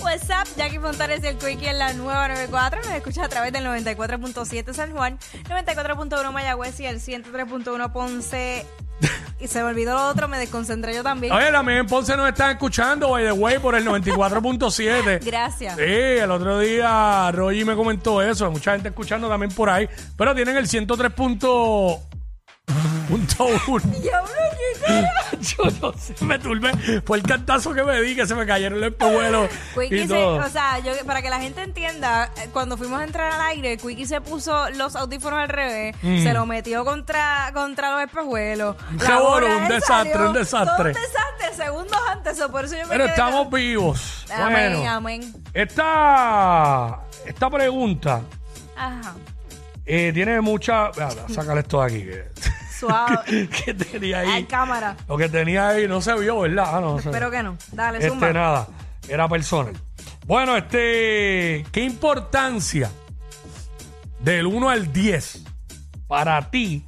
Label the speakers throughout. Speaker 1: What's up, Jackie Fontanes y el Quickie en la nueva 94. Nos escuchas a través del 94.7 San Juan, 94.1 Mayagüez y el 103.1 Ponce. Y se me olvidó lo otro, me desconcentré yo también.
Speaker 2: Oye, también Ponce nos están escuchando, by the way, por el 94.7.
Speaker 1: Gracias.
Speaker 2: Sí, el otro día Roy me comentó eso, hay mucha gente escuchando también por ahí, pero tienen el 103.1. yo, yo se me turbé, fue el cantazo que me di, que se me cayeron los espejuelos
Speaker 1: Quickie
Speaker 2: Pues, y
Speaker 1: se,
Speaker 2: todo.
Speaker 1: o sea, yo, para que la gente entienda, eh, cuando fuimos a entrar al aire, Quickie se puso los audífonos al revés,
Speaker 2: Mm.
Speaker 1: se lo metió contra, contra los espejuelos.
Speaker 2: Un
Speaker 1: La
Speaker 2: revolú,
Speaker 1: bola
Speaker 2: un
Speaker 1: le
Speaker 2: desastre, un desastre.
Speaker 1: Todo un desastre, segundos antes, so, por eso yo me
Speaker 2: Pero
Speaker 1: quedé-
Speaker 2: estamos vivos.
Speaker 1: Amén,
Speaker 2: bueno,
Speaker 1: amén.
Speaker 2: Esta, esta pregunta
Speaker 1: Ajá,
Speaker 2: eh, tiene mucha... ah, Sácale esto de aquí. que-
Speaker 1: suave.
Speaker 2: que tenía
Speaker 1: Hay
Speaker 2: ahí.
Speaker 1: cámara.
Speaker 2: Lo que tenía ahí no se vio, ¿verdad? Ah, no, no se-
Speaker 1: Espero que no. Dale,
Speaker 2: este,
Speaker 1: zumba.
Speaker 2: nada, era personal. Bueno, este, ¿qué importancia del 1 al 10 para ti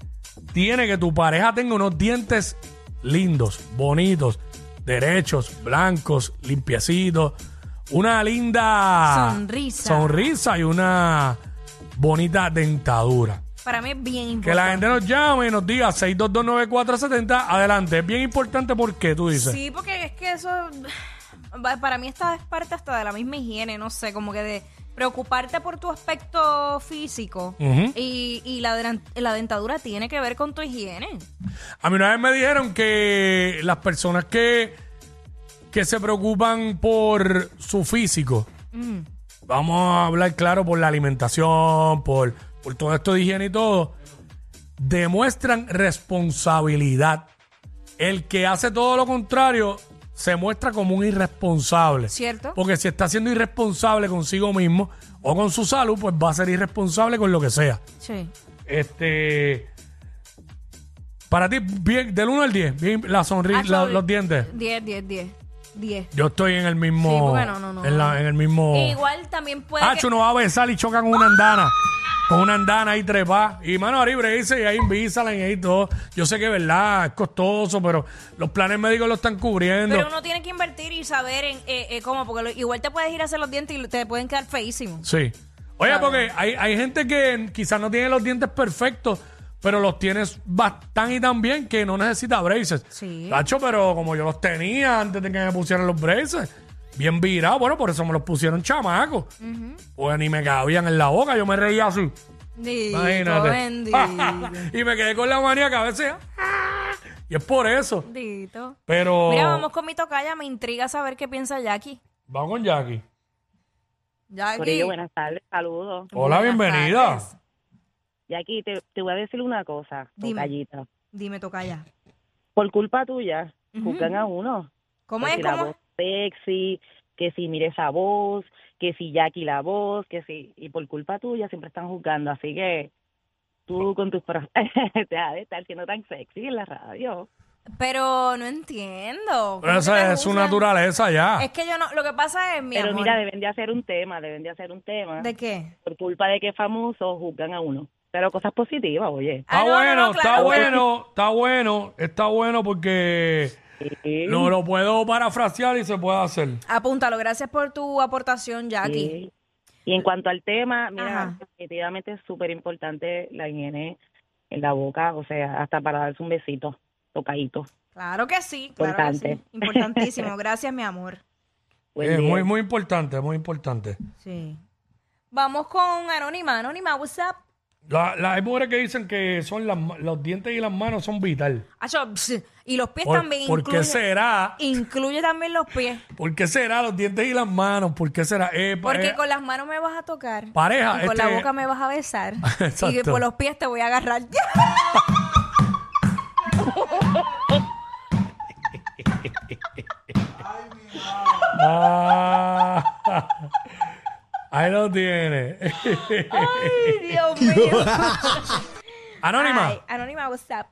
Speaker 2: tiene que tu pareja tenga unos dientes lindos, bonitos, derechos, blancos, limpiecitos, una linda
Speaker 1: Sonrisa.
Speaker 2: sonrisa y una bonita dentadura?
Speaker 1: Para mí es bien
Speaker 2: Que la
Speaker 1: importante.
Speaker 2: gente nos llame y nos diga 6229470, adelante. Es bien importante porque tú dices.
Speaker 1: Sí, porque es que eso. va- Para mí, esta es parte hasta de la misma higiene, no sé, como que de preocuparte por tu aspecto físico.
Speaker 2: Ujú.
Speaker 1: Y, y la, delan- la dentadura tiene que ver con tu higiene.
Speaker 2: A mí una vez me dijeron que las personas que, que se preocupan por su físico, vamos a hablar claro por la alimentación, por, por todo esto de higiene y todo, demuestran responsabilidad. El que hace todo lo contrario se muestra como un irresponsable.
Speaker 1: ¿Cierto?
Speaker 2: Porque si está siendo irresponsable consigo mismo o con su salud, pues va a ser irresponsable con lo que sea.
Speaker 1: Sí.
Speaker 2: Este. Para ti, bien, del 1 al 10, bien, la
Speaker 1: Ah,
Speaker 2: sonrisa, la- los dientes.
Speaker 1: 10, 10, 10. 10.
Speaker 2: Yo estoy en el mismo.
Speaker 1: Sí, porque no, no, no.
Speaker 2: En, la- en el mismo.
Speaker 1: Igual también puede.
Speaker 2: Oh. Ah,
Speaker 1: que-
Speaker 2: uno va a besar y chocan con una andana. Con una andana ahí trepa. Y mano, ahí dice, y ahí invísala y ahí todo. Yo sé que es verdad, es costoso, pero los planes médicos lo están cubriendo.
Speaker 1: Pero uno tiene que invertir y saber en eh, eh, cómo, porque lo- igual te puedes ir a hacer los dientes y te pueden quedar feísimos.
Speaker 2: Sí. Oye, porque hay, hay gente que quizás no tiene los dientes perfectos, pero los tienes bastante y tan bien que no necesita braces.
Speaker 1: Sí.
Speaker 2: Tacho, pero como yo los tenía antes de que me pusieran los braces, bien virados, bueno, por eso me los pusieron chamacos. Pues ni me cabían en la boca, yo me reía así.
Speaker 1: Bendito,
Speaker 2: Imagínate.
Speaker 1: bendito.
Speaker 2: y me quedé con la manía que a veces. ¡ah! Y es por eso.
Speaker 1: bendito.
Speaker 2: Pero.
Speaker 1: Mira, vamos con mi tocaya. Me intriga saber qué piensa Jackie.
Speaker 2: Vamos con Jackie.
Speaker 1: Jackie.
Speaker 3: Corillo, buenas tardes, saludos.
Speaker 2: Hola,
Speaker 1: Buenas
Speaker 2: bienvenida.
Speaker 1: tardes.
Speaker 3: Y aquí te, te voy a decir una cosa,
Speaker 1: Dime.
Speaker 3: tocallita.
Speaker 1: Dime, tocaya.
Speaker 3: Por culpa tuya, juzgan a uno.
Speaker 1: ¿Cómo
Speaker 3: Que
Speaker 1: es?
Speaker 3: si la
Speaker 1: ¿Cómo
Speaker 3: voz sexy, que si mire esa voz, que si Jackie la voz, que si... Y por culpa tuya siempre están juzgando, así que tú con tus... pro- Deja de estar siendo tan sexy en la radio.
Speaker 1: es? Pero no entiendo. ¿Cómo
Speaker 2: Pero
Speaker 1: que
Speaker 2: esa
Speaker 1: te
Speaker 2: es su
Speaker 1: juzgan?
Speaker 2: naturaleza ya.
Speaker 1: Es que yo no. Lo que pasa es, mi
Speaker 3: Pero
Speaker 1: amor,
Speaker 3: mira, deben de hacer un tema, deben de hacer un tema.
Speaker 1: ¿De qué?
Speaker 3: Por culpa de que famosos juzgan a uno. Pero cosas positivas, oye.
Speaker 2: Está
Speaker 1: Ah, no, no,
Speaker 2: bueno,
Speaker 1: no, claro.
Speaker 2: está bueno, está bueno, está bueno porque
Speaker 3: Sí.
Speaker 2: lo, lo puedo parafrasear y se puede hacer.
Speaker 1: Apúntalo. Gracias por tu aportación, Jackie.
Speaker 3: Sí. Y en cuanto al tema, mira,
Speaker 1: Ajá.
Speaker 3: definitivamente es súper importante la higiene en la boca, o sea, hasta para darse un besito, tocadito.
Speaker 1: Claro que sí. Claro que sí.
Speaker 3: Importante.
Speaker 1: Importantísimo. Gracias, mi amor.
Speaker 3: Buen
Speaker 2: Eh,
Speaker 3: día.
Speaker 2: muy, muy importante, muy importante.
Speaker 1: Sí. Vamos con Anónima. Anónima, what's up?
Speaker 2: La- la- hay mujeres que dicen que son las ma- los dientes y las manos son vital.
Speaker 1: Acho, pss, y los pies
Speaker 2: Por-
Speaker 1: también
Speaker 2: ¿por qué
Speaker 1: incluye-
Speaker 2: será?
Speaker 1: Incluye también los pies.
Speaker 2: ¿Por qué será los dientes y las manos? ¿Por qué será? Eh, pa-
Speaker 1: Porque
Speaker 2: eh,
Speaker 1: con las manos me vas a tocar.
Speaker 2: Pareja,
Speaker 1: Y con la
Speaker 2: este-
Speaker 1: boca me vas a besar. y que
Speaker 2: Exacto.
Speaker 1: por los pies te voy a agarrar.
Speaker 2: Ah, ahí lo tiene.
Speaker 1: Ay, Dios mío.
Speaker 2: Anónima.
Speaker 1: Ay, anónima, WhatsApp.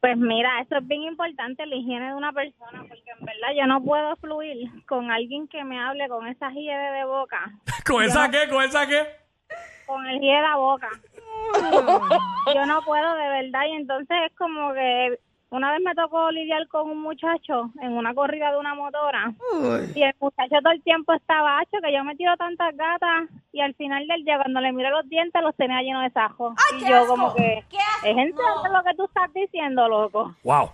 Speaker 4: Pues mira, eso es bien importante, la higiene de una persona, porque en verdad yo no puedo fluir con alguien que me hable con esa hiede de boca,
Speaker 2: ¿Con esa qué? ¿Con esa qué?
Speaker 4: con el hiede de la boca. yo no puedo de verdad y entonces es como que una vez me tocó lidiar con un muchacho en una corrida de una motora y el muchacho todo el tiempo estaba hacho que yo me tiro tantas gatas y al final del día cuando le miré los dientes los tenía llenos de sajo
Speaker 1: ¡Ay,
Speaker 4: y
Speaker 1: qué
Speaker 4: yo
Speaker 1: asco!
Speaker 4: como que
Speaker 1: ¡Qué asco!
Speaker 4: es en serio lo que tú estás diciendo loco
Speaker 2: Wow.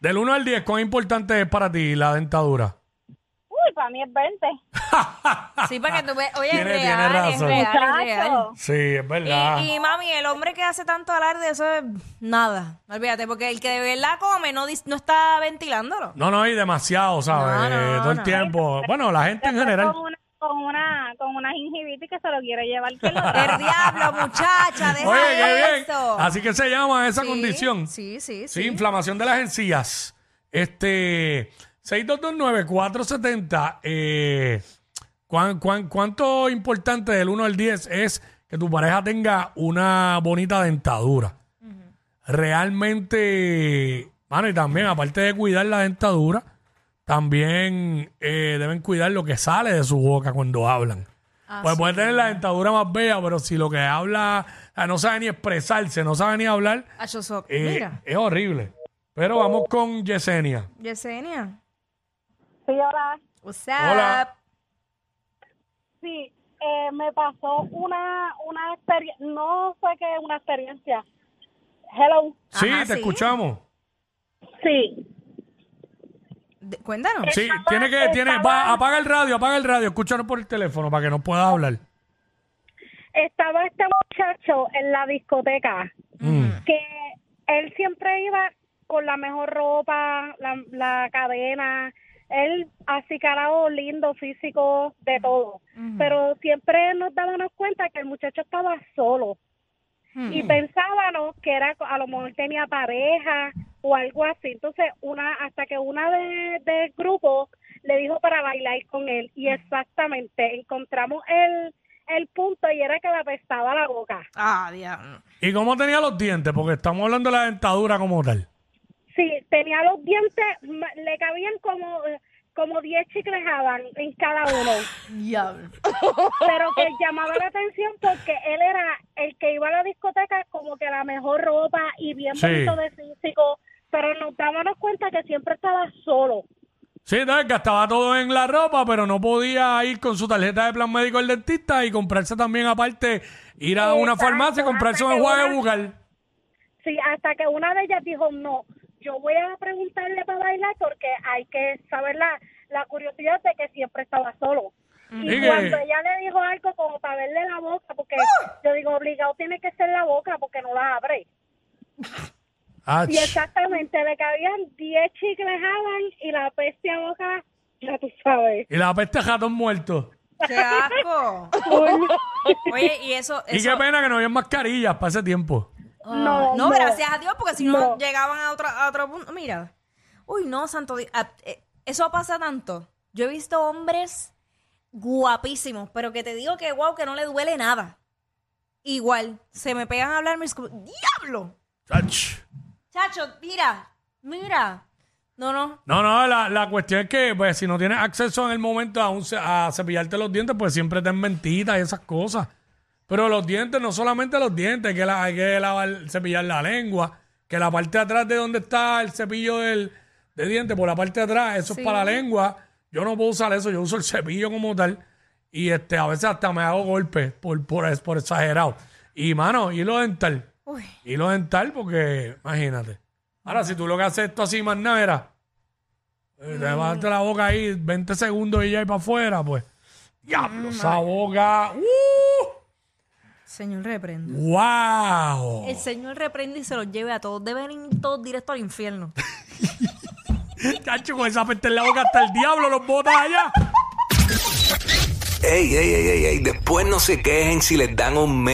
Speaker 2: Del 1 al 10, ¿cuán importante es para ti la dentadura?
Speaker 4: uy para mí es 20
Speaker 1: Sí, para que tú veas. Oye,
Speaker 2: Tiene-
Speaker 1: es
Speaker 2: tiene
Speaker 1: real, es
Speaker 2: razón.
Speaker 1: real, es real.
Speaker 4: Muchacho.
Speaker 2: Sí, es verdad.
Speaker 1: Y, y, mami, el hombre que hace tanto alarde de eso es nada. Olvídate, porque el que de verdad come no, dis- no está ventilándolo.
Speaker 2: No, no, y demasiado, ¿sabes? Eh,
Speaker 1: No, no,
Speaker 2: Todo el
Speaker 1: no.
Speaker 2: tiempo. Bueno, la gente en general.
Speaker 4: Con una, con una, con una gingivitis que se lo quiere llevar. Que lo
Speaker 1: El diablo, muchacha, deja
Speaker 2: Oye, qué bien.
Speaker 1: eso.
Speaker 2: Así que se llama esa
Speaker 1: Sí,
Speaker 2: condición.
Speaker 1: Sí, sí,
Speaker 2: Sí,
Speaker 1: sí.
Speaker 2: inflamación de las encías. Este, 6229470, eh, ¿cuán, cuán, cuánto importante del 1 al 10 es que tu pareja tenga una bonita dentadura? Realmente, mano, y también, aparte de cuidar la dentadura, también eh, deben cuidar lo que sale de su boca cuando hablan. Pues puede tener la dentadura más bella, pero si lo que habla ah, no sabe ni expresarse, no sabe ni hablar,
Speaker 1: Acho, so-
Speaker 2: eh,
Speaker 1: Mira,
Speaker 2: Es horrible. Pero vamos con Yesenia.
Speaker 1: Yesenia.
Speaker 4: Sí, hola.
Speaker 1: What's up?
Speaker 2: Hola.
Speaker 4: Sí, eh, me pasó una, una experiencia, no fue que una experiencia. Hello.
Speaker 2: Sí,
Speaker 1: Ajá,
Speaker 2: te
Speaker 1: sí.
Speaker 2: escuchamos.
Speaker 4: Sí.
Speaker 1: De- cuéntanos.
Speaker 2: Sí, tiene que, tiene, va, apaga el radio, apaga el radio, escúchanos por el teléfono para que nos pueda hablar.
Speaker 4: Estaba este muchacho en la discoteca
Speaker 2: Mm.
Speaker 4: que él siempre iba con la mejor ropa, la, la cadena, él acicalado, lindo, físico, de todo. Pero siempre nos dábamos cuenta que el muchacho estaba solo. y pensábamos que era a lo mejor tenía pareja o algo así entonces una hasta que una de del grupo le dijo para bailar con él y exactamente encontramos el el punto y era que le apestaba la boca
Speaker 1: Ah, diablo.
Speaker 2: ¿Y cómo tenía los dientes? Porque estamos hablando de la dentadura como tal.
Speaker 4: sí tenía los dientes ma- le cabían como eh, como 10 chicles Habán en cada uno,
Speaker 1: Diablo.
Speaker 4: pero que llamaba la atención porque él era el que iba a la discoteca como que la mejor ropa y bien
Speaker 2: Sí.
Speaker 4: bonito de físico, pero nos dábamos cuenta que siempre estaba solo.
Speaker 2: Sí, ¿sabes? gastaba todo en la ropa, pero no podía ir con su tarjeta de plan médico al dentista y comprarse también, aparte, ir a una
Speaker 4: Exacto,
Speaker 2: farmacia y comprarse un
Speaker 4: hasta que
Speaker 2: enjuague
Speaker 4: una-
Speaker 2: bucal.
Speaker 4: Sí, hasta que una de ellas dijo, no, yo voy a preguntarle para bailar porque hay que saber la, la curiosidad de que siempre estaba solo. Y
Speaker 2: Sigue.
Speaker 4: cuando ella le dijo algo como para verle la boca, porque yo digo, obligado tiene que ser la boca porque no la abre.
Speaker 2: Ah,
Speaker 4: Y exactamente, le cabían 10 chicles Haban y la bestia boca, ya tú sabes.
Speaker 2: y la peste ratón muerto.
Speaker 1: Qué asco. Oye, y eso.
Speaker 2: Y
Speaker 1: eso-
Speaker 2: qué pena que no había mascarillas para ese tiempo.
Speaker 1: Ah, no,
Speaker 4: No, no.
Speaker 1: gracias a Dios, porque si no,
Speaker 4: No.
Speaker 1: llegaban a otro, a otro punto. Mira, uy, no, santo Dios. Ah, eh, Eso pasa tanto. Yo he visto hombres guapísimos, pero que te digo que wow, que no le duele nada. Igual, se me pegan a hablar mis... ¡Diablo!
Speaker 2: Ach.
Speaker 1: Chacho, mira, mira. No, no.
Speaker 2: No, no, la, la cuestión es que pues, si no tienes acceso en el momento a, un ce- a cepillarte los dientes, pues siempre te mentitas y esas cosas. Pero los dientes, no solamente los dientes, que la, hay que lavar, cepillar la lengua, que la parte de atrás de donde está el cepillo del, de dientes, por la parte de atrás, eso es para la lengua. Yo no puedo usar eso, yo uso el cepillo como tal. Y este, a veces hasta me hago golpes por, por, por exagerado. Y mano, hilo dental.
Speaker 1: Uy.
Speaker 2: Hilo dental, porque imagínate. Ahora, si tú lo que haces esto así, más nada, era. Eh, Te vas la boca ahí 20 segundos y ya y para afuera, pues. Diablo, esa boca. ¡uh!
Speaker 1: Señor reprenda.
Speaker 2: ¡Wow!
Speaker 1: El Señor reprende y se los lleve a todos. Deben ir todos directo al infierno.
Speaker 2: Cacho, con esa peste en la boca hasta el diablo los botas allá.
Speaker 5: Ey, ey, ey, ey, ey, después no se quejen si les dan un mes.